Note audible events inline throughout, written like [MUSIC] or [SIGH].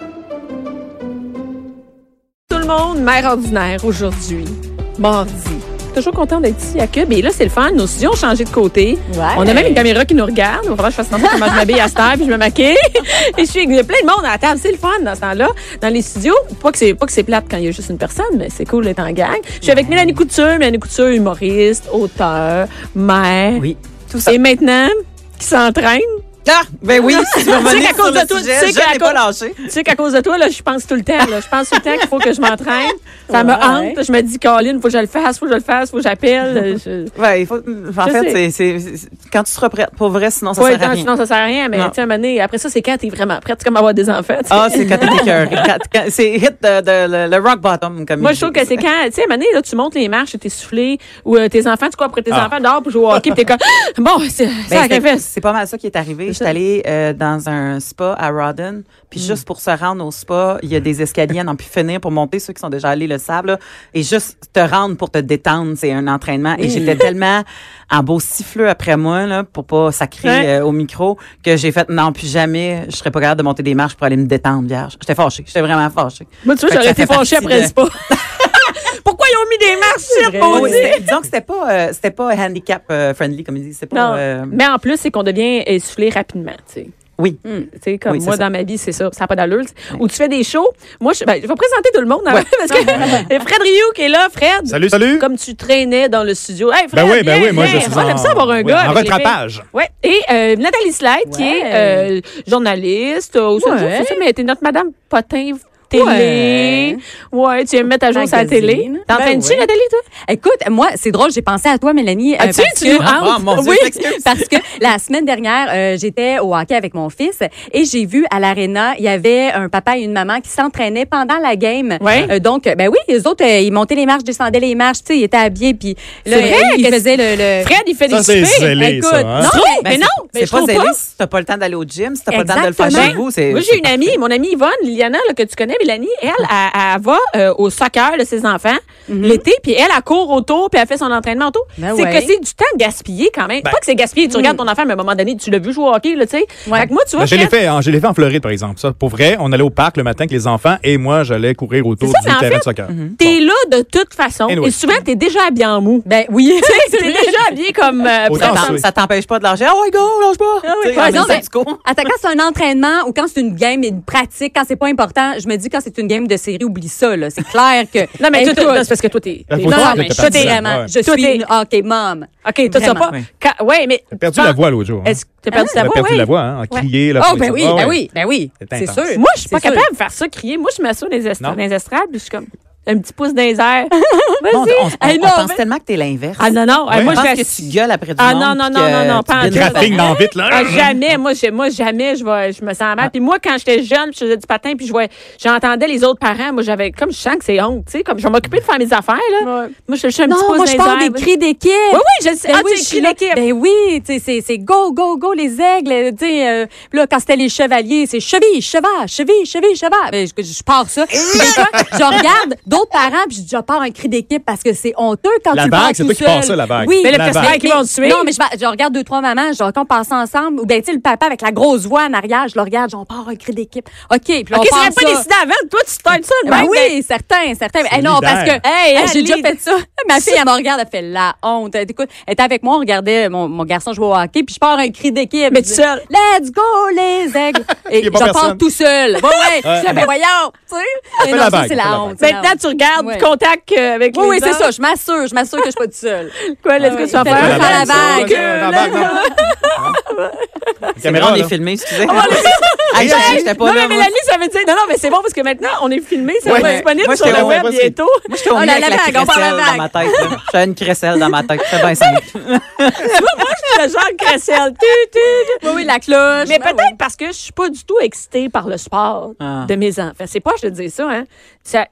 Tout le monde, mère ordinaire aujourd'hui, mardi. Toujours content d'être ici à Cube. Et là, c'est le fun. Nos studios ont changé de côté. On a même une caméra qui nous regarde. Il va falloir que je fasse attention comment je m'habille à cette heure, puis je me [LAUGHS] maquille. Et je suis, il y a plein de monde à la table. C'est le fun dans ce temps-là. Dans les studios, pas que c'est, pas que c'est plate quand il y a juste une personne, mais c'est cool d'être en gang. Je suis avec Mélanie Couture. Mélanie Couture, humoriste, auteur, mère. Oui. Tout ça. Et maintenant, qui s'entraîne. Ah, ben oui, si tu [LAUGHS] veux Tu sais revenir qu'à sur cause le de toi, sujet, tu sais qu'à je n'ai pas cause- lâché. Tu sais qu'à cause de toi, là, je pense tout le temps. Là. Je pense tout le temps qu'il faut que je m'entraîne. Ça me Ouais. hante. Je me dis, Colin, faut que je le fasse, faut que je le fasse, faut que j'appelle. Je- Ouais, Ben, il faut, en Je fait, sais. c'est, c'est- c'est- quand tu seras prête, pour vrai, sinon ça Ouais, sert à non, rien. sinon, ça sert à rien, mais Non. tu sais, à un moment donné, après ça, c'est quand t'es vraiment prête. C'est comme avoir des enfants. tu sais. Ah, c'est quand t'es écoeuré. [LAUGHS] Quand- quand- C'est hit de- de- le, le rock bottom, comme Moi, ils je trouve que disent. c'est quand, tu sais, à un moment donné, là, tu montes les marches, et t'es soufflé, ou euh, tes enfants, tu cours après tes Ah. enfants dehors pour jouer au hockey, puis t'es comme, [GASPS] bon, c'est Ben, ça c'est- la fesse. c'est pas mal ça qui est arrivé. Je suis allée euh, dans un spa à Rodden, Mm. puis juste pour se rendre au spa, il y a des escaliers à n'en plus finir pour monter, ceux qui sont déjà allés le sable, là. et juste te rendre pour te détendre, c'est un entraînement. Et j'étais Mm. tellement en beau siffleux après moi, là, pour pas sacrer Ouais. euh, au micro, que j'ai fait non, plus jamais, je serais pas capable de monter des marches pour aller me détendre, vierge. J'étais fâchée, j'étais vraiment fâchée. Moi, tu vois, Fait que j'aurais ça été fait fâchée partie après de- le spa. [LAUGHS] Pourquoi ils ont mis des marches sur vrai. le Oh, Oui, Oui. c'était- disons que c'était pas, euh, c'était pas handicap euh, friendly, comme ils disent. C'était pas, Non. euh, Mais en plus, c'est qu'on devient essoufflé rapidement, tu sais. oui. Tu sais, comme Oui, c'est moi, ça. dans ma vie, c'est ça. Ça n'a pas d'allure. Ou tu fais des shows. Moi, je, ben, je vais présenter tout le monde. hein, Ouais. parce que [LAUGHS] Fred Rioux qui est là. Fred. Salut, salut. Comme tu traînais dans le studio. Hey, Fred, Ben oui, ben viens, oui, moi je viens. suis On en, aime ça avoir un oui, gars. en avec les rattrapage. filles. Ouais. Et euh, Nathalie Slide, qui est euh, journaliste euh, au Sept Jours, c'est ça, mais t'es notre Madame Potin télé. Ouais, tu aimes mettre à jour sa Magazine. télé. T'entraînes-tu, Ben ouais. Nathalie, toi? Écoute, moi, c'est drôle, j'ai pensé à toi, Mélanie. euh, As-tu- parce tu que- nous Ah, hantes? Oh, mon Dieu, oui, je m'excuse. parce que la semaine dernière, euh, j'étais au hockey avec mon fils et j'ai vu à l'aréna, il y avait un papa et une maman qui s'entraînaient pendant la game. Ouais. Euh, donc, ben oui, les autres, euh, ils montaient les marches, descendaient les marches, tu sais, ils étaient habillés, puis là, C'est vrai ils que- faisaient le... le- Fred, il fait Ça, des c'est soupers. zélé, Écoute, ça, hein? Non, Ben, mais non, mais je Euh, c'est pas trouve zélé pas. si t'as pas le temps d'aller au gym, si t'as pas le temps de le faire Exactement. chez vous. c'est- Moi, j'ai une amie, mon amie Yvonne, Liana, là, que tu connais, Mélanie, elle, elle, elle va euh, au soccer de ses enfants l'été, puis elle, elle court autour, puis elle fait son entraînement autour. Ben c'est que ouais. c'est du temps gaspillé quand Ben même. pas que c'est gaspillé, tu regardes ton enfant, mais à un moment donné, tu l'as vu jouer au hockey, là, tu sais. Fait que moi, tu vois, Ben, je l'ai Fred, fait, en- je l'ai fait en Floride, par exemple. Ça, pour vrai, on allait au parc le matin avec les enfants et moi, j'allais courir autour C'est ça, du mais en terrain fait, Mhm. de soccer. T'es là de toute façon. Anyway. Et souvent, t'es déjà habillé en mou. Ben oui. [LAUGHS] Tu sais, t'es déjà habillé comme... euh, Autant ça- Ça t'em- ça t'empêche pas de lâcher. Ah ouais, go, lâche pas. Tu sais, Ouais, en même non, temps, ben, tu cours. Attends, quand c'est un entraînement ou quand c'est une game, une pratique, quand c'est pas important, je me dis quand c'est une game de série, oublie ça, là. C'est clair que. Non, mais Hey, toi, toi, toi, non, c'est parce que toi, t'es... Ben, t'es- faut non, dire non, que mais t'es toi, t'es parti vraiment... là-dedans, ouais. Je Toi, suis t'es- une hockey mom. OK, toi, ça Vraiment, pas... oui. Quand- Ouais, mais... T'as perdu la voix l'autre jour. hein? Bah, Est-ce que Ah, t'as perdu la T'as voix? perdu ouais. la voix, hein, en Ouais. crier. Là, Oh, pour les ben oui, autres. Ah, ouais. ben oui, ben oui. C'est C'est intense. sûr. [LAUGHS] Moi, je suis pas C'est sûr. capable de faire ça, crier. Moi, je m'assois dans les, est- Non. dans les estrades, puis je suis comme un petit pouce dans les airs. On, on- Vas-y. on- Hey, on non, pense mais- tellement que t'es l'inverse. Ah non, non. hey, Ouais. moi, je je pense vais... que tu gueules après du Ah monde, non, non, puis non, que non, non, tu pas en Le brises la tout. trafic porte. dans vite, là. Ah, jamais, moi, j'ai- moi jamais, je, vais, je me sens mal. Puis moi, quand j'étais jeune, je faisais du patin, puis je voyais- j'entendais les autres parents. Moi, j'avais comme je sens que c'est honte, tu sais, comme je vais m'occuper de faire mes affaires là. Moi, je suis un petit Non, pouce moi, dans je les parle airs. des cris d'équipe. Oui, oui, je sais. Ben ah, oui, tu je sais, suis cris là. d'équipe. Ben oui, tu sais, c'est- c'est go, go, go, les aigles. Tu sais, euh, puis là, quand c'était les chevaliers, c'est cheville, cheval, cheville, cheville, cheval. Ben, je, je pars ça. Puis des fois, je regarde d'autres parents, puis je dis, je pars un cri d'équipe parce que c'est honteux quand La tu vague, pars c'est tout toi qui seul. pars ça, la vague. Oui, Mais le La festival vague. qui vont te suivre. Non, mais je, vais- je regarde deux, trois mamans, genre, qu'on passe ensemble. Ou bien, tu sais, le papa avec la grosse voix en arrière, je le regarde, genre, on part un cri d'équipe. OK, puis OK, là, on c'est part même pas ça. décidé avant. Toi, tu startes ça de Ben même. oui, certain, certain. Eh non, parce que leader. hey, Hey, j'ai elle déjà lead. fait ça. Ma fille, elle me regarde, elle fait la honte. Elle, dit, écoute, elle était avec moi, on regardait mon, mon garçon jouer au hockey, puis je pars un cri d'équipe. Mais Je tout dis, seul. Let's go, les aigles. Et Il y je a pas pars personne. tout seul. Ouais, ouais. Je dis, ben voyons, tu sais. Mais fait non, la ça, vague, c'est fait la la honte. c'est la Maintenant, honte. tu regardes, Ouais. tu contactes euh, avec Oui, les oui, c'est autres. ça. Je m'assure, je m'assure que je suis pas toute seule. Quoi, là, ce que tu vas Fais-le faire? faire la vague, vague. ça, la vague, non. [LAUGHS] La C'est caméra, vrai, on là. est filmé, excusez. Hey, j'ai- J'étais pas non, là. mais moi. Mélanie, ça veut dire. Non, non, mais c'est bon parce que maintenant, on est filmé, c'est Ouais. disponible Moi, sur j'étais le au- web moi, j'étais- bientôt. [LAUGHS] Moi, j'étais au Oh, mieux la- avec la la vague, on part la crécelle dans ma tête. là. J'avais une crécelle dans ma tête. C'est [LAUGHS] bien simple. Ben le genre Cressel. Tu, tu, tu. Oui, oui, la cloche. Mais Ben peut-être parce que je suis pas du tout excitée par le sport Ah. de mes enfants. C'est pas, je te dis ça, hein. Ça,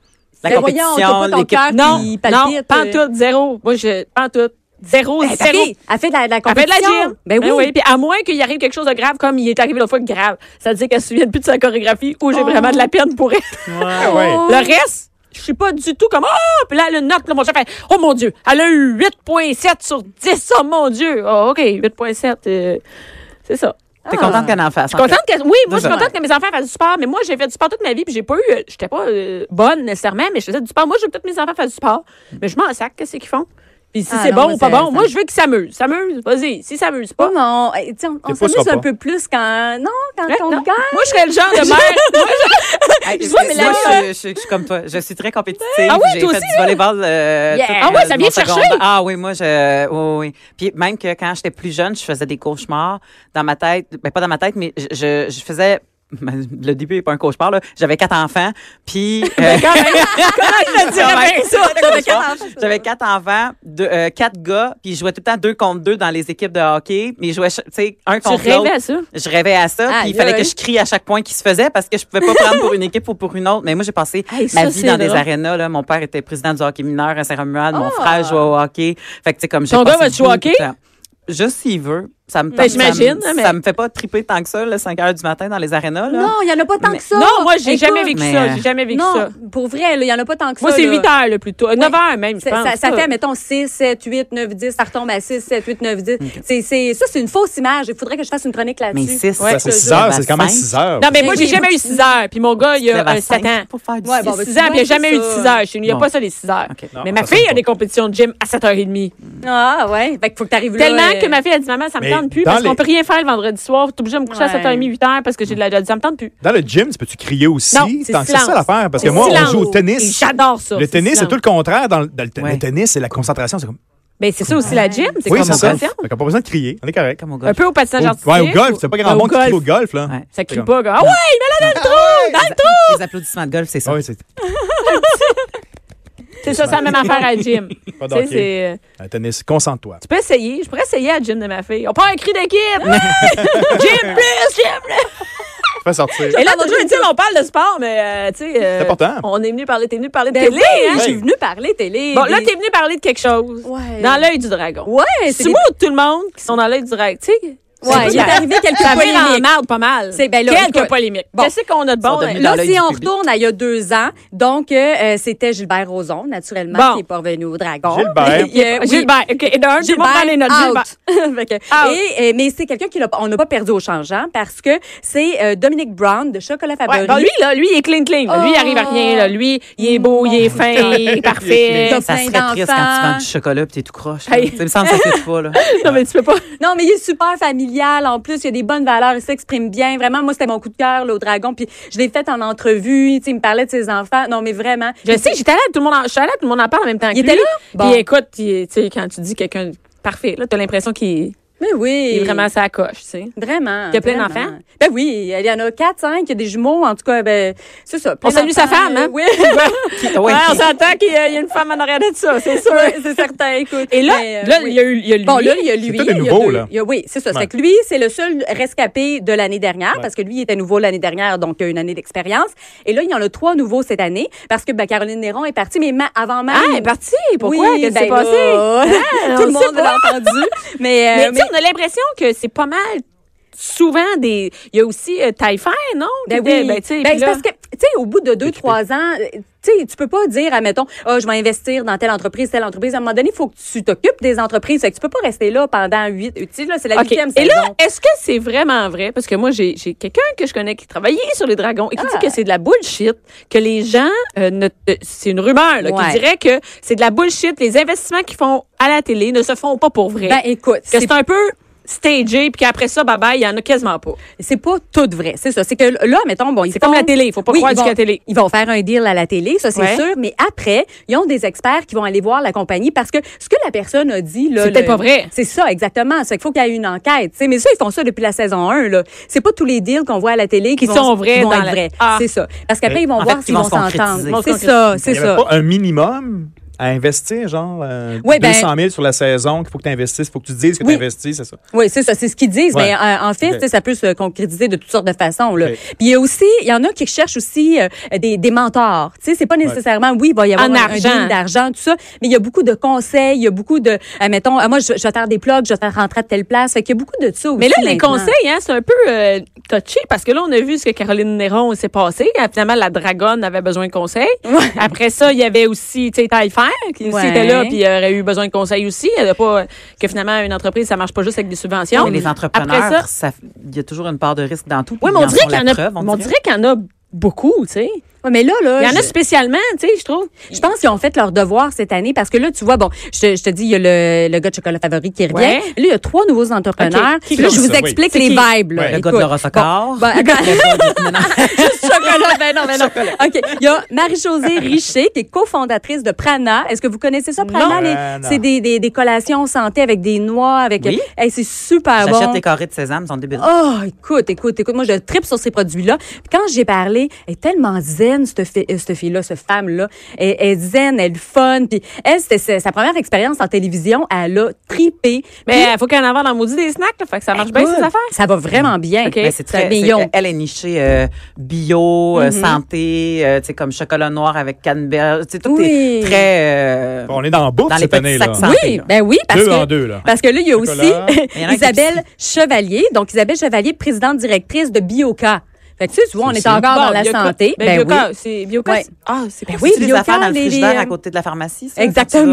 La Ben compétition, voyons, t'as pas ton l'équipe- cœur Non, qui non, palpite, pas euh. tout, zéro. Moi, je, pas tout, zéro, Ben, zéro. OK, Elle fait de la, Elle fait de la de la compétition. gym. Ben oui. Puis à moins qu'il arrive quelque chose de grave, comme il est arrivé l'autre fois, grave. Ça veut dire qu'elle se souvient plus de sa chorégraphie ou j'ai vraiment de la peine pour elle. Ah ouais. Oh. Le reste, je suis pas du tout comme oh! Puis là, le note, là, mon chef fait Oh mon Dieu, elle a eu 8,7 sur 10. Oh mon Dieu. Oh, OK, 8,7. euh, c'est ça. T'es contente qu'elle en fasse. Ah. Je suis contente que, oui, moi, je C'est suis ça. contente que mes enfants fassent du sport, mais moi, j'ai fait du sport toute ma vie, puis j'ai pas eu, euh, j'étais pas euh, bonne nécessairement, mais je faisais du sport. Moi, je veux peut-être mes enfants fassent du sport, mais je m'en sac, qu'est-ce qu'ils font? Puis si Ah, c'est non, bon moi, ou pas ça- bon, ça- moi, je veux qu'ils s'amusent. S'amusent, vas-y. S'ils s'amusent pas, Oh, mais on, eh, tu sais, on- on Des fois, s'amuse ça un pas. peu plus quand. Non, quand Ouais, on hein, non. gagne. moi, je serais le genre de mère. Moi, Je vois, mais la- je, je- je- je suis comme toi. Je suis très compétitive. Ah oui, J'ai toi fait aussi, du volleyball. euh, Yeah. toute, Ah ouais, euh, ça mon vient te chercher. secondaire. Ah oui, moi, je. Oui, oui. Puis même que quand j'étais plus jeune, je faisais des cauchemars dans ma tête. Ben, pas dans ma tête, mais je, je, je faisais. [LAUGHS] Le début n'est pas un cauchemar, là. J'avais quatre enfants. [LAUGHS] Puis. euh, [LAUGHS] quand même, comment je te dirais [LAUGHS] bien ça? J'avais quatre enfants. J'avais quatre enfants, deux- euh, quatre gars, puis je jouais tout le temps deux contre deux dans les équipes de hockey, mais je jouais, ch- tu sais, Tu un contre rêvais l'autre. à ça? Je rêvais à ça, Ah, Aïe, puis il fallait aïe. que je crie à chaque point qui se faisait parce que je pouvais pas prendre pour une équipe ou pour une autre. Mais moi, j'ai [LAUGHS] passé Aïe, ça, ma vie c'est dans des drôle. arénas. Là. Mon père était président du hockey mineur à Saint-Romuald. Mon Ah. frère jouait au hockey. Fait que, tu sais, comme j'ai Ton gars passé va te jouer au beaucoup de hockey? temps. Juste s'il veut. Ça me, Ben, ça me- j'imagine, hein, mais- ça me fait pas triper tant que ça, le 5 heures du matin dans les arénas. Là. Non, il n'y en a pas tant Mais- que ça. Non, moi, j'ai Écoute, jamais vécu mais, ça. euh, J'ai jamais vécu non, ça. pour vrai, il n'y en a pas tant que Moi, ça. c'est là. 8 heures, le plus tôt. 9 heures même, je Ça, pense. ça, ça fait, mettons, 6, 7, 8, 9, 10. Ça retombe à 6, 7, 8, 9, 10. C'est, c'est, ça, c'est une fausse image. Il faudrait que je fasse une chronique Mais là-dessus. 6, Ça, c'est 6 heures, c'est quand même 6 heures. Non, mais moi, Mais j'ai oui, jamais moi, eu 6 heures. Puis mon gars, il a 7 ans. Pour faire du Ouais, six. bon, ben, six tu ans, puis il vois, n'a jamais c'est eu de ça. 6 heures chez nous. Il n'y a Bon. pas ça, les 6 heures. OK. Non, mais ma ça fille sonne a des pas. compétitions de gym à 7h30. Ah, ouais. Fait qu'il faut que tu arrives là. Tellement euh, que ma fille a dit Maman, ça me Mais tente plus dans parce qu'on les- peut rien faire le vendredi soir. T'es obligé de me coucher Ouais. à 7h30, 8h parce que j'ai de la. elle dit, Ça me tente plus. Dans le gym, tu peux-tu crier aussi? Non, c'est Tant que c'est silence. ça l'affaire. Parce que C'est moi, silence. on joue au Et tennis. J'adore ça. Le tennis, c'est silence. tout le contraire. Dans le, dans le te- Ouais. le tennis, c'est la concentration. C'est comme, Ben, c'est ça aussi la gym. C'est oui, c'est ça. concentration. Fait qu'on a pas besoin de crier. On est correct. Comme au Un golf. peu au patinage Au, artistique. ouais, au golf, c'est pas grand Au monde qui crie au golf. golf. Là. Ouais. Ça crie C'est pas. comme, Ah ouais, mais là, dans le trou! Dans le trou! Les applaudissements de golf, c'est ça. Ah oui, c'est C'est ça, c'est la même affaire à la gym. Tu [LAUGHS] pas sais, d'hockey. c'est. euh, Un tennis, concentre-toi. Je peux essayer. Je pourrais essayer à la gym de ma fille. On prend un cri [LAUGHS] d'équipe. Ouais! gym plus, gym plus. Fais sortir. Et là, toujours est-il, on parle de sport, mais euh, tu sais. euh, C'est important. On est venu parler, t'es venu parler de Ben télé, oui, hein? je suis Ouais. venue parler télé. Bon, là, des- t'es venu parler de quelque chose. Ouais. Dans l'œil du dragon. Ouais, c'est. C'est des- moi ou tout le monde qui sont dans l'œil du dragon, tu sais? Ouais, il est arrivé quelques Ça vire en polémiques. merde pas mal. C'est- ben là, quelques écoute. polémiques. Bon. Qu'est-ce qu'on a de bon? Sont là? devenus Là, dans l'œil si du on public. retourne à il y a deux ans, donc euh, c'était Gilbert Rozon, naturellement, Bon. qui est pas revenu au Dragon. Gilbert. [LAUGHS] Il y a- oui. Gilbert, OK. Et d'un, je vais Gilbert, prendre les notes. Gilbert. out. [LAUGHS] Fait que- Out. et, euh, mais c'est quelqu'un qui l'a- on n'a pas perdu au changeant parce que c'est euh, Dominique Brown de Chocolat Favori. Ouais, bon, Ah, ben lui, là, lui, il est clean, clean. là. Lui, il arrive à rien, là. Lui, il est beau, il est fin, il [LAUGHS] est parfait. clean. Ça plein serait triste d'enfants. quand tu vends du chocolat puis t'es tout croche. Hey. Hey. Ça me semble que ça fait [LAUGHS] pas, là. Non, mais tu peux pas. Non, mais il est super familial. En plus, il a des bonnes valeurs. Il s'exprime bien. Vraiment, moi, c'était mon coup de cœur, là, au Dragon. Puis je l'ai fait en entrevue. Tu sais, il me parlait de ses enfants. Non, mais vraiment. Je sais, j'étais là, tout le monde en, je suis allée, tout le monde en parle en même temps. que Il était lui. là? Bon. Puis écoute, il- tu sais, quand tu dis quelqu'un de parfait, là, t'as l'impression qu'il Mais oui. il est vraiment à sa coche, tu sais. Vraiment. Il y a plein vraiment. d'enfants? Ben oui, il y en a quatre, cinq, il y a des jumeaux, en tout cas, ben, c'est ça. plein On salue d'enfants, sa femme, hein? euh, Oui, [LAUGHS] Ah Ouais, ouais. on s'entend qu'il y a il y a une femme en arrière de ça, c'est sûr. Ouais, c'est certain, écoute. Et là, Mais, euh, là, oui. il y a eu, il y a lui. Bon, là, il y a lui. tout des il y a nouveaux, deux- là. il y a- oui, c'est ça. Ouais. C'est que lui, c'est le seul rescapé de l'année dernière, parce que lui, il était nouveau l'année dernière, donc il y a une année d'expérience. Et là, il y en a trois nouveaux cette année, parce que ben, Caroline Néron est partie, mais ma- avant même. Ah, elle est partie. Pourquoi? Oui, Qu'est-ce qui ben s'est passé? là, Ah, [LAUGHS] Tout on sait le monde l'a entendu. Mais, euh, Mais, tu mais- sais, on a l'impression que c'est pas mal souvent des. Il y a aussi euh, Taillefer, non? Ben Qui était- oui. Ben, tu sais, Ben, puis c'est là- parce que, tu sais, au bout de deux, trois ans, euh, tu sais, tu peux pas dire, admettons, ah, je vais investir dans telle entreprise, telle entreprise. À un moment donné, il faut que tu t'occupes des entreprises. Fait que tu peux pas rester là pendant huit, tu sais, là, c'est la OK. huitième Et saison. là, est-ce que c'est vraiment vrai? Parce que moi, j'ai j'ai quelqu'un que je connais qui travaillait sur les dragons et qui Ah. dit que c'est de la bullshit, que les gens, euh, ne- euh, c'est une rumeur, là, Ouais. qui dirait que c'est de la bullshit, les investissements qu'ils font à la télé ne se font pas pour vrai. ben, écoute, que c'est c'est un peu stagé, puis qu'après ça, bye bye, il y en a quasiment pas. c'est pas tout vrai. C'est ça. C'est que là, mettons, bon, ils C'est comme font- la télé, faut pas Oui, croire ils du vont- qu'à la télé. Ils vont faire un deal à la télé, ça c'est Ouais. sûr, mais après, ils ont des experts qui vont aller voir la compagnie parce que ce que la personne a dit là, C'est le- peut-être pas vrai. C'est ça exactement, c'est qu'il faut qu'il y ait une enquête, tu sais. mais ça ils font ça depuis la saison 1 là. C'est pas tous les deals qu'on voit à la télé qui, Qui vont- sont vrais qui vont dans être la- vrais. Ah. C'est ça. Parce qu'après Mais ils vont en voir fait, s'ils ils vont vont se concrétiser. s'entendre. Ils vont se C'est ça, c'est Il n'y avait ça. pas un minimum à investir, genre euh, Ouais, ben- 200 000 sur la saison, qu'il faut que tu investisses, il faut que tu dises que Oui. tu investis, c'est ça. Oui, c'est ça, c'est ce qu'ils disent. Ouais. Mais euh, en fait, Ok. tu sais, ça peut se concrétiser de toutes sortes de façons. Là. Ok. Puis il y a aussi, il y en a qui cherchent aussi euh, des, des mentors. Tu sais, c'est pas nécessairement, oui, il va y avoir En un- un, argent. deal d'argent, tout ça, mais il y a beaucoup de conseils, il y a beaucoup de, euh, mettons, ah, moi, je, je vais faire des plugs, je vais faire rentrer à telle place. Fait qu'il y a beaucoup de ça aussi. Mais là, les maintenant. conseils, hein, c'est un peu euh, touché parce que là, on a vu ce que Caroline Néron s'est passé. Elle, Finalement, la dragonne avait besoin de conseils. Après ça, il y avait aussi, tu sais, Taillefer qui aussi Ouais. était là, puis il aurait eu besoin de conseils aussi. Elle a pas que finalement une entreprise, ça marche pas juste avec des subventions. Mais les entrepreneurs, Après ça, ça- il y a toujours une part de risque dans tout. oui, puis mais ils on en dirait font la qu'il y en a, preuve, mais on dirait qu'il y en a beaucoup, tu sais. Ouais, mais là, là, Il y en a je- spécialement, tu sais, je trouve. Je pense qu'ils ont fait leur devoir cette année parce que là, tu vois, bon, je te, je te dis, il y a le, le gars de chocolat favori qui revient. Ouais. Là, il y a trois nouveaux entrepreneurs. Ok. Qui Puis là, comme je vous ça, oui. explique C'est les qui? vibes. là. Ouais. Le gars de Écoute, Laura Socard. bah, bon, [LAUGHS] ben, attends. Juste chocolat, ben [LAUGHS] non, ben non. [LAUGHS] OK. Il y a Marie-Josée Richer, qui est cofondatrice de Prana. Est-ce que vous connaissez ça, Prana? Non. les- Prana. C'est des, des, des collations santé avec des noix, avec. Oui. Hey, c'est bah, super J'achète bon. les carrés de sésame, ils sont débiles. Oh, écoute, écoute, écoute. Moi, je tripe sur ces produits-là. Puis Quand j'ai parlé, elle est tellement zen, cette, fi- euh, cette fille-là, cette femme-là. Elle, elle est zen, elle est fun. Puis elle, c'était sa- sa première expérience en télévision. Elle a tripé. [LAUGHS] Mais euh, il faut qu'il y en ait dans le maudit des snacks, là, fait que ça ben, marche bien ces Écoute, affaires. Ça va vraiment bien. OK. Mais c'est Ça très, c'est- mignon. elle est nichée euh, bio, Mhm. euh, santé, euh, tu sais comme chocolat noir avec canneberge, tu sais tout Oui. est très euh, On est dans la bouffe dans les cette petits année, là. sacs santé. Oui, là. ben oui, parce Deux que en deux, là. parce que là il y a aussi [LAUGHS] Chocolat. Il y en a qui- Isabelle Chevalier, donc Isabelle Chevalier, présidente directrice de Bioca. Fait que tu sais, tu vois, on est encore dans Bon, la Bioca- santé. Ben, Ben Bioca, oui. c'est Bioca. Ouais. Ben c'est- Ah, c'est quoi? oui, C'est les Bioca, affaires dans le les- frigidaire les, euh, à côté de la pharmacie. ça, Exactement.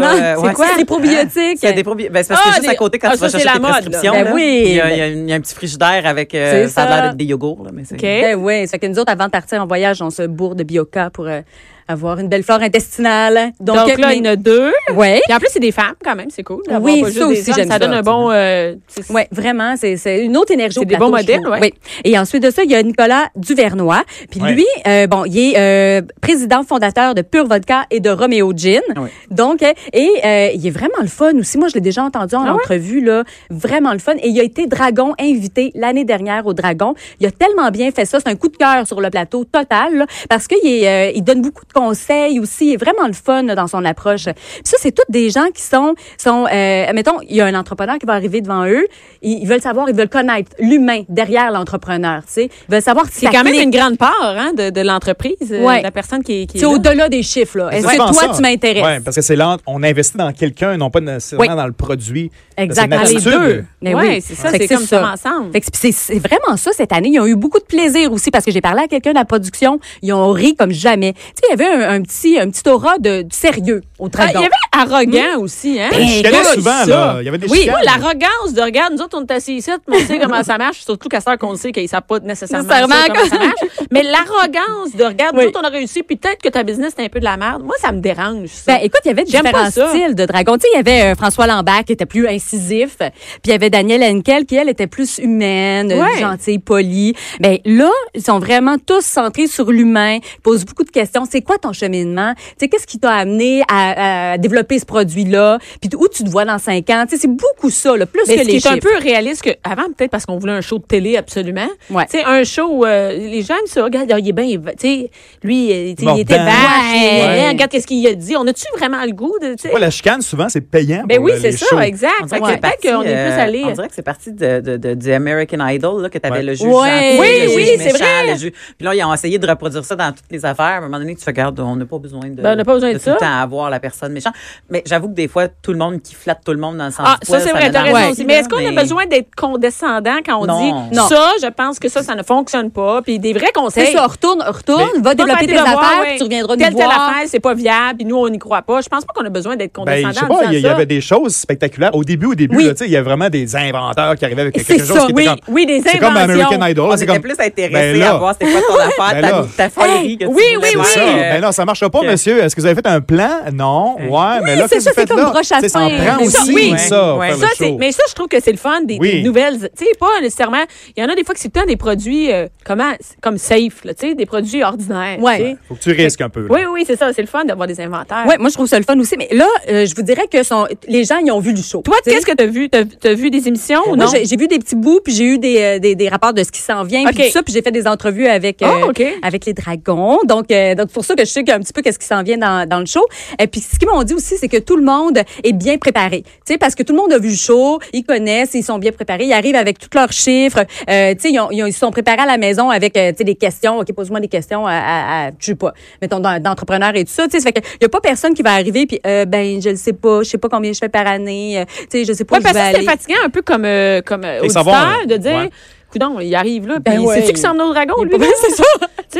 quand tu vas, euh, C'est ouais, quoi? C'est des probiotiques. C'est des probi- ben, c'est parce Ah, que juste des- à côté quand ah, tu vas ça, c'est chercher la tes mode, là. prescriptions. Ben là, oui, Il y, a, ben- il y a un- il y a un petit frigidaire avec euh, C'est ça a ça. l'air d'être des yogourts là, mais c'est OK. Ben oui, ça fait que nous autres, avant de partir en voyage, on se bourre de Bioca pour euh, avoir une belle flore intestinale. Donc, Donc, euh, là, mais- il y en a deux. Ouais. Puis en plus, c'est des femmes quand même, c'est cool. d'avoir Oui, pas ça juste des aussi, hommes. j'aime ça. ça, donne un bon. euh, c'est- Oui, vraiment, c'est c'est une autre énergie. C'est au des plateau, bons je modèles, trouve. ouais. Oui. Et ensuite de ça, il y a Nicolas Duvernois. Puis Ouais. lui, euh, bon, il est euh, président fondateur de Pure Vodka et de Romeo Gin. Ah Ouais. Donc, euh, et euh, il est vraiment le fun aussi. Moi, je l'ai déjà entendu en Ah ouais? entrevue, là. Vraiment le fun. Et il a été Dragon invité l'année dernière au Dragon. Il a tellement bien fait ça. C'est un coup de cœur sur le plateau total, là, parce qu'il est, euh, il donne beaucoup de conseils aussi. Il est vraiment le fun là, dans son approche. Puis ça, c'est toutes des gens qui sont, sont euh, mettons, il y a un entrepreneur qui va arriver devant eux. Ils, ils veulent savoir, ils veulent connaître l'humain derrière l'entrepreneur, tu sais. Ils veulent savoir si C'est ça quand même clique. une grande part hein, de, de l'entreprise, euh, Ouais. de la personne qui, qui est C'est là. au-delà des chiffres, là. Est-ce C'est que souvent toi, ça. tu m'intéresses? Ouais, parce que c'est lent. On investit dans quelqu'un, non pas nécessairement Oui. dans le produit. Exact, C'est une dans les attitude. deux. Mais Ouais, Ben oui, c'est ça, Fait que c'est comme ça ensemble. Fait que c'est- c'est vraiment ça cette année. Ils ont eu beaucoup de plaisir aussi parce que j'ai parlé à quelqu'un de la production. Ils ont ri comme jamais. Tu sais, il y avait un, un petit, un petit aura de, du sérieux au Ah, il dragon. y avait arrogant aussi, hein? Ben, je chicanais écoute, souvent, ça. là. Il y avait des Oui, chicanes. moi, l'arrogance de regarde, nous autres, on est assis ici, mais on sait comment ça marche, surtout qu'à ce heure qu'on sait qu'ils ne savent pas nécessairement ça, Nécessairement. comment ça marche. Mais l'arrogance de regarde, Oui. nous autres, on a réussi, puis peut-être que ta business, c'est un peu de la merde. Moi, ça me dérange, ça. Ben, écoute, il y avait J'aime différents pas ça. styles de dragon. Tu sais, il y avait euh, François Lambert qui était plus incisif, puis il y avait Daniel Henkel qui, elle, était plus humaine, euh, Ouais. gentille, polie. Ben là, ils sont vraiment tous centrés sur l'humain, ils posent beaucoup de questions. C'est quoi ton cheminement? Tu sais, qu'est-ce qui t'a amené à, à développer ce produit-là? Puis où tu te vois dans cinq ans? Tu sais, c'est beaucoup ça, là, plus Mais que ce qui les est un chiffres. peu réaliste que avant peut-être parce qu'on voulait un show de télé absolument. Ouais. Tu sais un show euh, les gens aiment ça regarde il est bien tu sais lui euh, tu sais, il était Mordant. vache, Ouais. il est- regarde qu'est-ce qu'il a dit. On a-tu vraiment le goût de tu sais Ouais, la chicane, souvent, c'est payant. Ben pour oui, le- c'est les ça shows. exact. On dirait Fait que que c'est peut-être parti, qu'on est plus euh, allé on dirait que c'est parti de, de, de- du American Idol, là, que t'avais Ouais. le juge. Ouais. gentil, Oui, le juge oui, c'est méchant, vrai. le juge- Puis là, ils ont essayé de reproduire ça dans toutes les affaires. À un moment donné, tu fais, regarde, on n'a pas besoin de, Ben, on n'a pas besoin de tout le ça. temps avoir la personne méchante. Mais j'avoue que des fois, tout le monde qui flatte tout le monde dans le sens ah, du ça, poil, c'est vrai, t'as m'énerve raison Ouais. aussi. Mais est-ce qu'on mais- a besoin d'être condescendant quand on Non. dit Non. ça, je pense que ça, ça ne fonctionne pas. Puis des vrais conseils. Ben, C'est ça, retourne, retourne, Mais- va Va développer faire tes devoirs, affaires, ouais. puis tu reviendras telle, nous voir. Telle affaire, c'est pas viable, puis nous, on n'y croit pas. Je pense pas qu'on a besoin d'être Ben, condescendant. je sais en pas, disant il y, il y ça. avait des choses spectaculaires. Au début, au début, Oui. là, tu sais, il y a vraiment des inventeurs qui arrivaient avec C'est quelque chose ça, qui Oui, était comme... oui, des C'est comme inventions. American Idol. On là, c'est était comme, plus intéressé Ben là, à voir c'était quoi [LAUGHS] ton affaire, Ben là. ta, ta folerie que tu oui, voulais oui, C'est faire. ça. Euh, Ben non, ça marche pas, que- monsieur. Est-ce que vous avez fait un plan? Non. Ouais, mais là, c'est qu'est-ce ça, que vous c'est faites comme là? broche à Tu sais, ça en fin. prend Mais ça, aussi, oui. ça, Ouais. faire Ben, Ça, le c'est- show. mais ça, je trouve que c'est le fun des, des Oui. nouvelles. Tu sais, pas nécessairement. Il y en a des fois que c'est le temps des produits euh, comment, comme safe, là, tu sais, des produits ordinaires. Ouais. tu sais. Faut que tu risques un peu. là. Oui, oui, c'est ça. C'est le fun d'avoir des inventaires. Ouais, moi, je trouve ça le fun aussi. Mais là, euh, je vous dirais que son- les gens, ils ont vu le show. Toi, tu sais. qu'est-ce que t'as vu? T'as t'as vu des émissions ou Moi, non? j'ai j'ai vu des petits bouts, puis j'ai eu des, euh, des, des rapports de ce qui s'en vient, puis OK. tout ça, puis j'ai fait des entrevues avec, euh, Ah, OK. avec les dragons. Donc, euh, donc c'est pour ça que que je sais un petit peu qu'est-ce qui s'en vient dans, dans le show. Et puis, ce qu'ils m'ont dit aussi, c'est que tout le monde est bien préparé. Tu sais, parce que tout le monde a vu le show, ils connaissent, ils sont bien préparés, ils arrivent avec tous leurs chiffres. Euh, tu sais, ils, ont- ils ont- ils se sont préparés à la maison avec, euh, tu sais, des questions. OK, pose-moi des questions à, à, à- je sais pas, mettons, d'en- d'entrepreneurs et tout ça. Tu sais, ça fait qu'il y a pas personne qui va arriver puis, euh, ben, je le sais pas, je sais pas combien je fais par année, euh, tu sais, je sais pas Ouais, où je parce vais que c'est aller. fatigant un peu comme, euh, comme euh, Et auditeur savoir, euh, de dire. ouais. Coudon, il arrive là, Ben puis ouais. c'est-tu qui s'en venait au dragon, lui? là? c'est ça.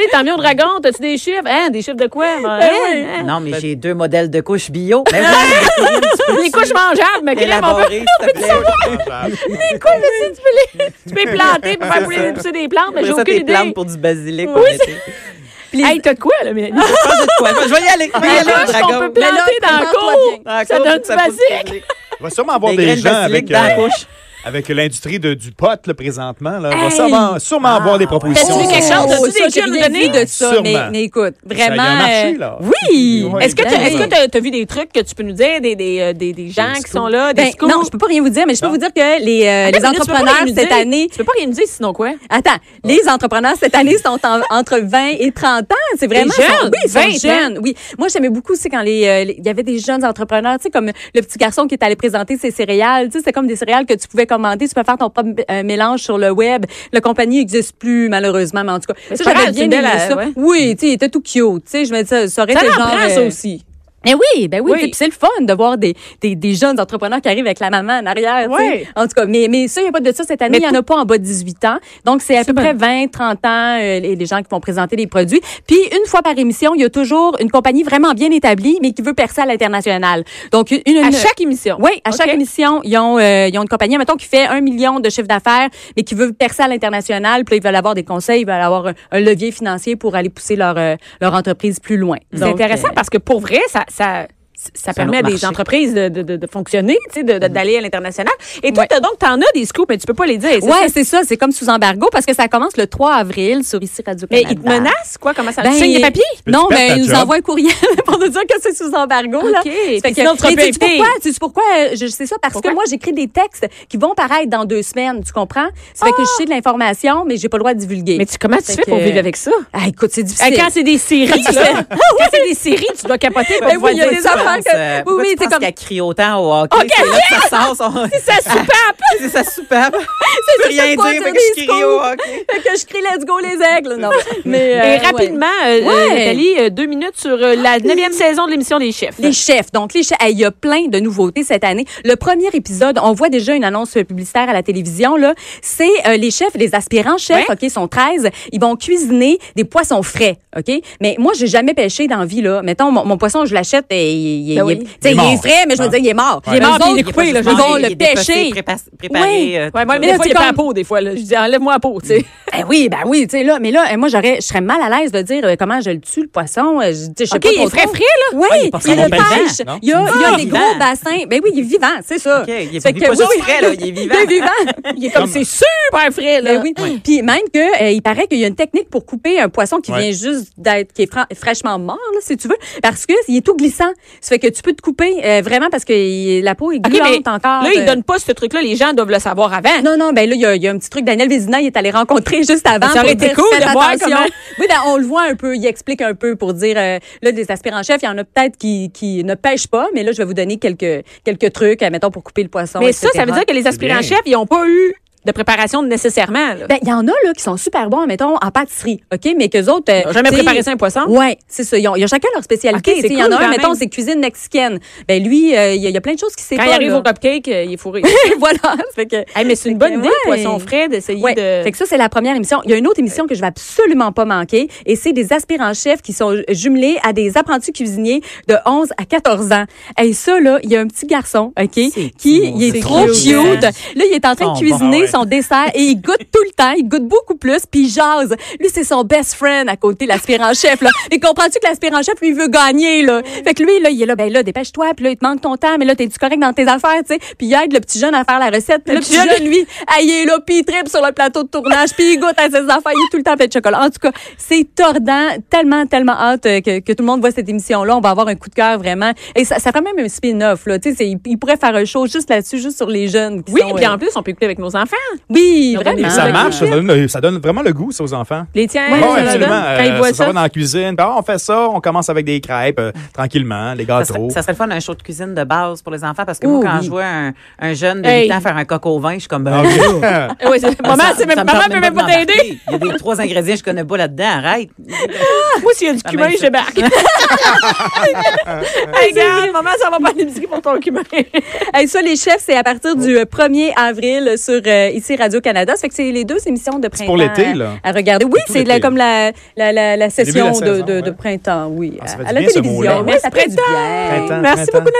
[LAUGHS] tu sais, t'as mis au dragon, t'as-tu des chiffres? Hein, des chiffres de quoi? Ben, ouais. hein, hein. Non, mais j'ai deux modèles de couches [LAUGHS] bio. Mais oui, Des couches mangeables, [LAUGHS] mais [LAUGHS] crème, on peut, élaboré, s'il te plaît. des couches, mais si tu peux les, tu [LAUGHS] peux les planter pour faire pousser, pousser des plantes, mais j'ai Après ça, aucune tes idée. plantes pour du basilic. pour l'été. Hey, t'as de quoi, là, Mélanie? Pas de quoi. Je vais y aller. Je vais y Des aller au couches qu'on peut dragon. Mais là, planter dans la prépare-toi cour. Ah, Ça cool, donne du pousse du basique. basilic. Il va sûrement avoir Des des, graines gens basilic avec, dans la euh, couche. avec l'industrie de- du pot là, présentement. Là. Il va Hey! sûrement, sûrement avoir des propositions. Fais-tu quelque chose? T'as-tu des Oh, ça, j'ai jeunes rien données? vu de ça? Sûrement. Mais, mais écoute, Ça, il y vraiment. a un marché, euh, là. Oui! Ouais, Est-ce que tu évidemment. as, vu des trucs que tu peux nous dire, des, des, euh, des, des gens qui sont là, des Ben, scoops? non, je peux pas rien vous dire, mais je peux Non. vous dire que les, euh, Attends, mais les tu peux pas entrepreneurs rien nous cette dire. année. Tu peux pas rien nous dire, sinon quoi? Attends, les entrepreneurs cette année sont en- entre 20 et 30 ans. C'est vraiment Des sont- jeunes, oui, ils sont 20 ans. jeunes. Oui, moi j'aimais beaucoup c'est quand les euh, les- il y avait des jeunes entrepreneurs, tu sais comme le petit garçon qui est allé présenter ses céréales, tu sais c'est comme des céréales que tu pouvais commander, tu peux faire ton propre euh, mélange sur le web. La compagnie n'existe plus malheureusement, mais en tout cas, Mais ça c'est pas j'avais grave, bien c'est une aimé belle, ça. euh, ouais. Oui, tu sais, il était tout cute, tu sais, je me disais ça aurait Ça été en genre prend, ça euh, aussi. mais oui, ben oui, Oui. puis c'est le fun de voir des, des, des jeunes entrepreneurs qui arrivent avec la maman en arrière. tu sais. Ouais. En tout cas, mais, mais ça, il n'y a pas de ça cette année. Mais Il n'y en a pas en bas de 18 ans. Donc, c'est à C'est peu près 20, 30 ans, euh, les, les gens qui vont présenter les produits. Puis, une fois par émission, il y a toujours une compagnie vraiment bien établie, mais qui veut percer à l'international. Donc, une... une- À chaque émission. oui, à OK. chaque émission, ils ont, euh, ils ont une compagnie, mettons, qui fait un million de chiffre d'affaires, mais qui veut percer à l'international. Puis là, ils veulent avoir des conseils, ils veulent avoir un, un levier financier pour aller pousser leur, euh, leur entreprise plus loin. C'est Donc, intéressant euh, parce que pour vrai, ça, ça, ça un permet à autre des marché. entreprises de, de, de, de fonctionner, tu sais, de- de- d'aller à l'international. Et toi, t'as donc, t'en as des scoops, mais tu peux pas les dire. c'est Ouais, ça? c'est ça, c'est comme sous embargo parce que ça commence le 3 avril sur ici Radio Mais Canada. ils te menacent, quoi? Comment ça? Ben, tu signes des papiers? peux- Non, tu perds mais ta ils nous job. envoient un courriel [LAUGHS] pour nous dire que c'est sous embargo là. OK. Puis Fait que- sinon, tu seras mais pas sais-tu invité. pourquoi Tu sais pourquoi Euh, je sais ça parce Pourquoi? que moi j'écris des textes qui vont paraître dans deux semaines, tu comprends Ça fait que je sais de l'information mais j'ai pas le droit de divulguer. Ah! Mais tu, comment tu Fait fais pour que- vivre avec ça? Ah, écoute, c'est Hey, difficile. Euh, Quand c'est des séries, [LAUGHS] là, quand c'est des séries, tu dois capoter pour Ben pouvoir oui, il y a dire des ça. affaires pense, euh, que oui pourquoi oui, tu c'est penses comme qu'elle crie autant au hockey. Ok, c'est là que ça sort. son- Ça soupape! C'est sa soupape. Je peux ça, rien quoi, dire, c'est mais que je des crie au hockey. Fait que je crie let's go les aigles. Non. Mais euh, Et ouais. rapidement, euh, Ouais. euh, Nathalie, euh, deux minutes sur euh, la neuvième saison de l'émission Les Chefs. Les chefs. Donc, les chefs. Hey, Il y a plein de nouveautés cette année. Le premier épisode, on voit déjà une annonce euh, publicitaire à la télévision, là. C'est euh, les chefs, les aspirants chefs, Ouais. OK, sont 13. Ils vont cuisiner des poissons frais, OK? Mais moi, j'ai jamais pêché dans la vie, là. Mettons, mon, mon poisson, je l'achète et il, il- Ben oui. il- tu sais, Il est il est mort. frais, mais je veux Ouais. dire, il est mort. Ouais. Il est Mais mort, eux puis il est autres, coupé, là, je Ils veux vont dire, le pêcher. Oui. Préparer. euh, Ouais, moi, mais là, des fois, il tu est sais, pas à comme- peau, des fois. Là. Je dis, enlève-moi la peau, tu sais. Ben oui, ben oui, tu sais, là. Mais là, eh, moi, j'aurais, je serais mal à l'aise de dire euh, comment je le tue, le poisson. Euh, Je, tu sais, je sais OK, pas il est trop frais, trop. frais, là. Oui, Ah, il est il, pas le frais, il est vivant, pêche. non? Il y a, il y a Ah, des vivant. gros bassins. Ben oui, il est vivant, c'est ça. OK, il est Fait il est pas que- juste oui, frais, là, il est vivant. Il est vivant. Il est comme, c'est super frais, là. Ben oui. Puis même que euh, il paraît qu'il y a une technique pour couper un poisson qui Ouais. vient juste d'être qui est fra- fraîchement mort là, si tu veux parce que il est tout glissant. Ça fait que tu peux te couper euh, vraiment parce que il- la peau est OK, glissante mais encore. Là, euh. ils donnent pas ce truc-là. Les gens doivent le savoir avant. Non, non, ben là, il y, a- il y a un petit truc. Daniel Vézina, il est allé rencontrer [LAUGHS] juste avant. Ça aurait pour été dire, cool faites de voir attention. comment- [LAUGHS] Oui, ben, on le voit un peu. Il explique un peu pour dire, euh, là, des aspirants-chefs, il y en a peut-être qui, qui ne pêchent pas, mais là, je vais vous donner quelques, quelques trucs, euh, mettons, pour couper le poisson. mais ça, ça veut etc.. dire que les aspirants-chefs, ils n'ont pas eu de préparation nécessairement. Là. Ben, il y en a, là, qui sont super bons, mettons, en pâtisserie, OK? Mais qu'eux autres. euh, Ils n'ont Ben, jamais tu sais, préparé ça un poisson. Ouais, c'est ça. Ils ont, ils ont chacun leur spécialité. Ok, tu c'est sais, il y en cool, a un, quand mettons, même. c'est cuisine mexicaine. Ben lui, euh, il y, a- il y a plein de choses qui sait Quand pas. il arrive là. au cupcake, euh, il est fourré. [LAUGHS] voilà. Fait que, Hey, mais c'est une Fait que, bonne idée, le ouais. poisson frais, d'essayer Ouais. de. Fait que ça, c'est la première émission. Il y a une autre émission que je vais absolument pas manquer. Et c'est des aspirants-chefs qui sont jumelés à des apprentis cuisiniers de 11 à 14 ans. Et ça, là, il y a un petit garçon, OK, qui, il c'est est trop cute, cute. hein? Là, il est en train Bon, de cuisiner bon, ouais. son dessert et il goûte tout le temps. Il goûte beaucoup plus, puis il jase. Lui, c'est son best friend à côté, l'aspirant-chef, là. Et comprends-tu que l'aspirant-chef, lui, il veut gagner, là? Fait que lui, là, il est là, ben là, dépêche-toi, puis là, il te manque ton temps, mais là, t'es-tu correct dans tes affaires, tu sais? Puis il aide le petit jeune à faire la recette. Puis le petit jeune, lui, ah, il est là, puis il tripe sur le plateau de tournage, puis il goûte à ses affaires, il est tout le temps plein de chocolat. En tout cas, c'est tordant, tellement, tellement hâte euh, que, que tout le monde voit cette émission-là. On va avoir un coup de cœur, vraiment. Et ça, ça ferait même un spin-off, là. Tu sais, c'est- il, il pourrait faire un show juste là-dessus, juste sur les jeunes. qui Oui, sont, puis euh, en plus, on peut écouter avec nos enfants. Oui, Non, vraiment. mais Ça Ah, marche, ça Les donne, ça donne vraiment le goût, ça, aux enfants. Les tiens, ça Oui, leur donne. absolument. quand Euh, ils voient ça, s'en ça. va dans la cuisine. puis, ah, on fait ça, on commence avec des crêpes, euh, tranquillement, les Ça serait, gâteaux. ça serait le fun, un show de cuisine de base pour les enfants, parce que moi, Ouh, quand oui. je vois un, un jeune de 8 Hey. ans faire un coq au vin, je suis comme... ben, Ah, [LAUGHS] ok. Oui, c'est- maman, ça- c'est même, ça me maman tente peut même de pas t'aider. m'embarquer. Il y a des trois ingrédients que je connais pas là-dedans, arrête. Moi, s'il y a du cumin, même je ben, ça. débarque. hey, regarde, maman, ça va pas l'épicerie pour ton cumin. [LAUGHS] Hey, ça, les chefs, c'est à partir du euh, 1er avril sur euh, ici Radio-Canada. Ça fait que c'est les deux émissions de printemps. pour l'été, ben, à- là. À regarder. Oui, C'est tout c'est la- l'été. comme la, la, la, Ah, la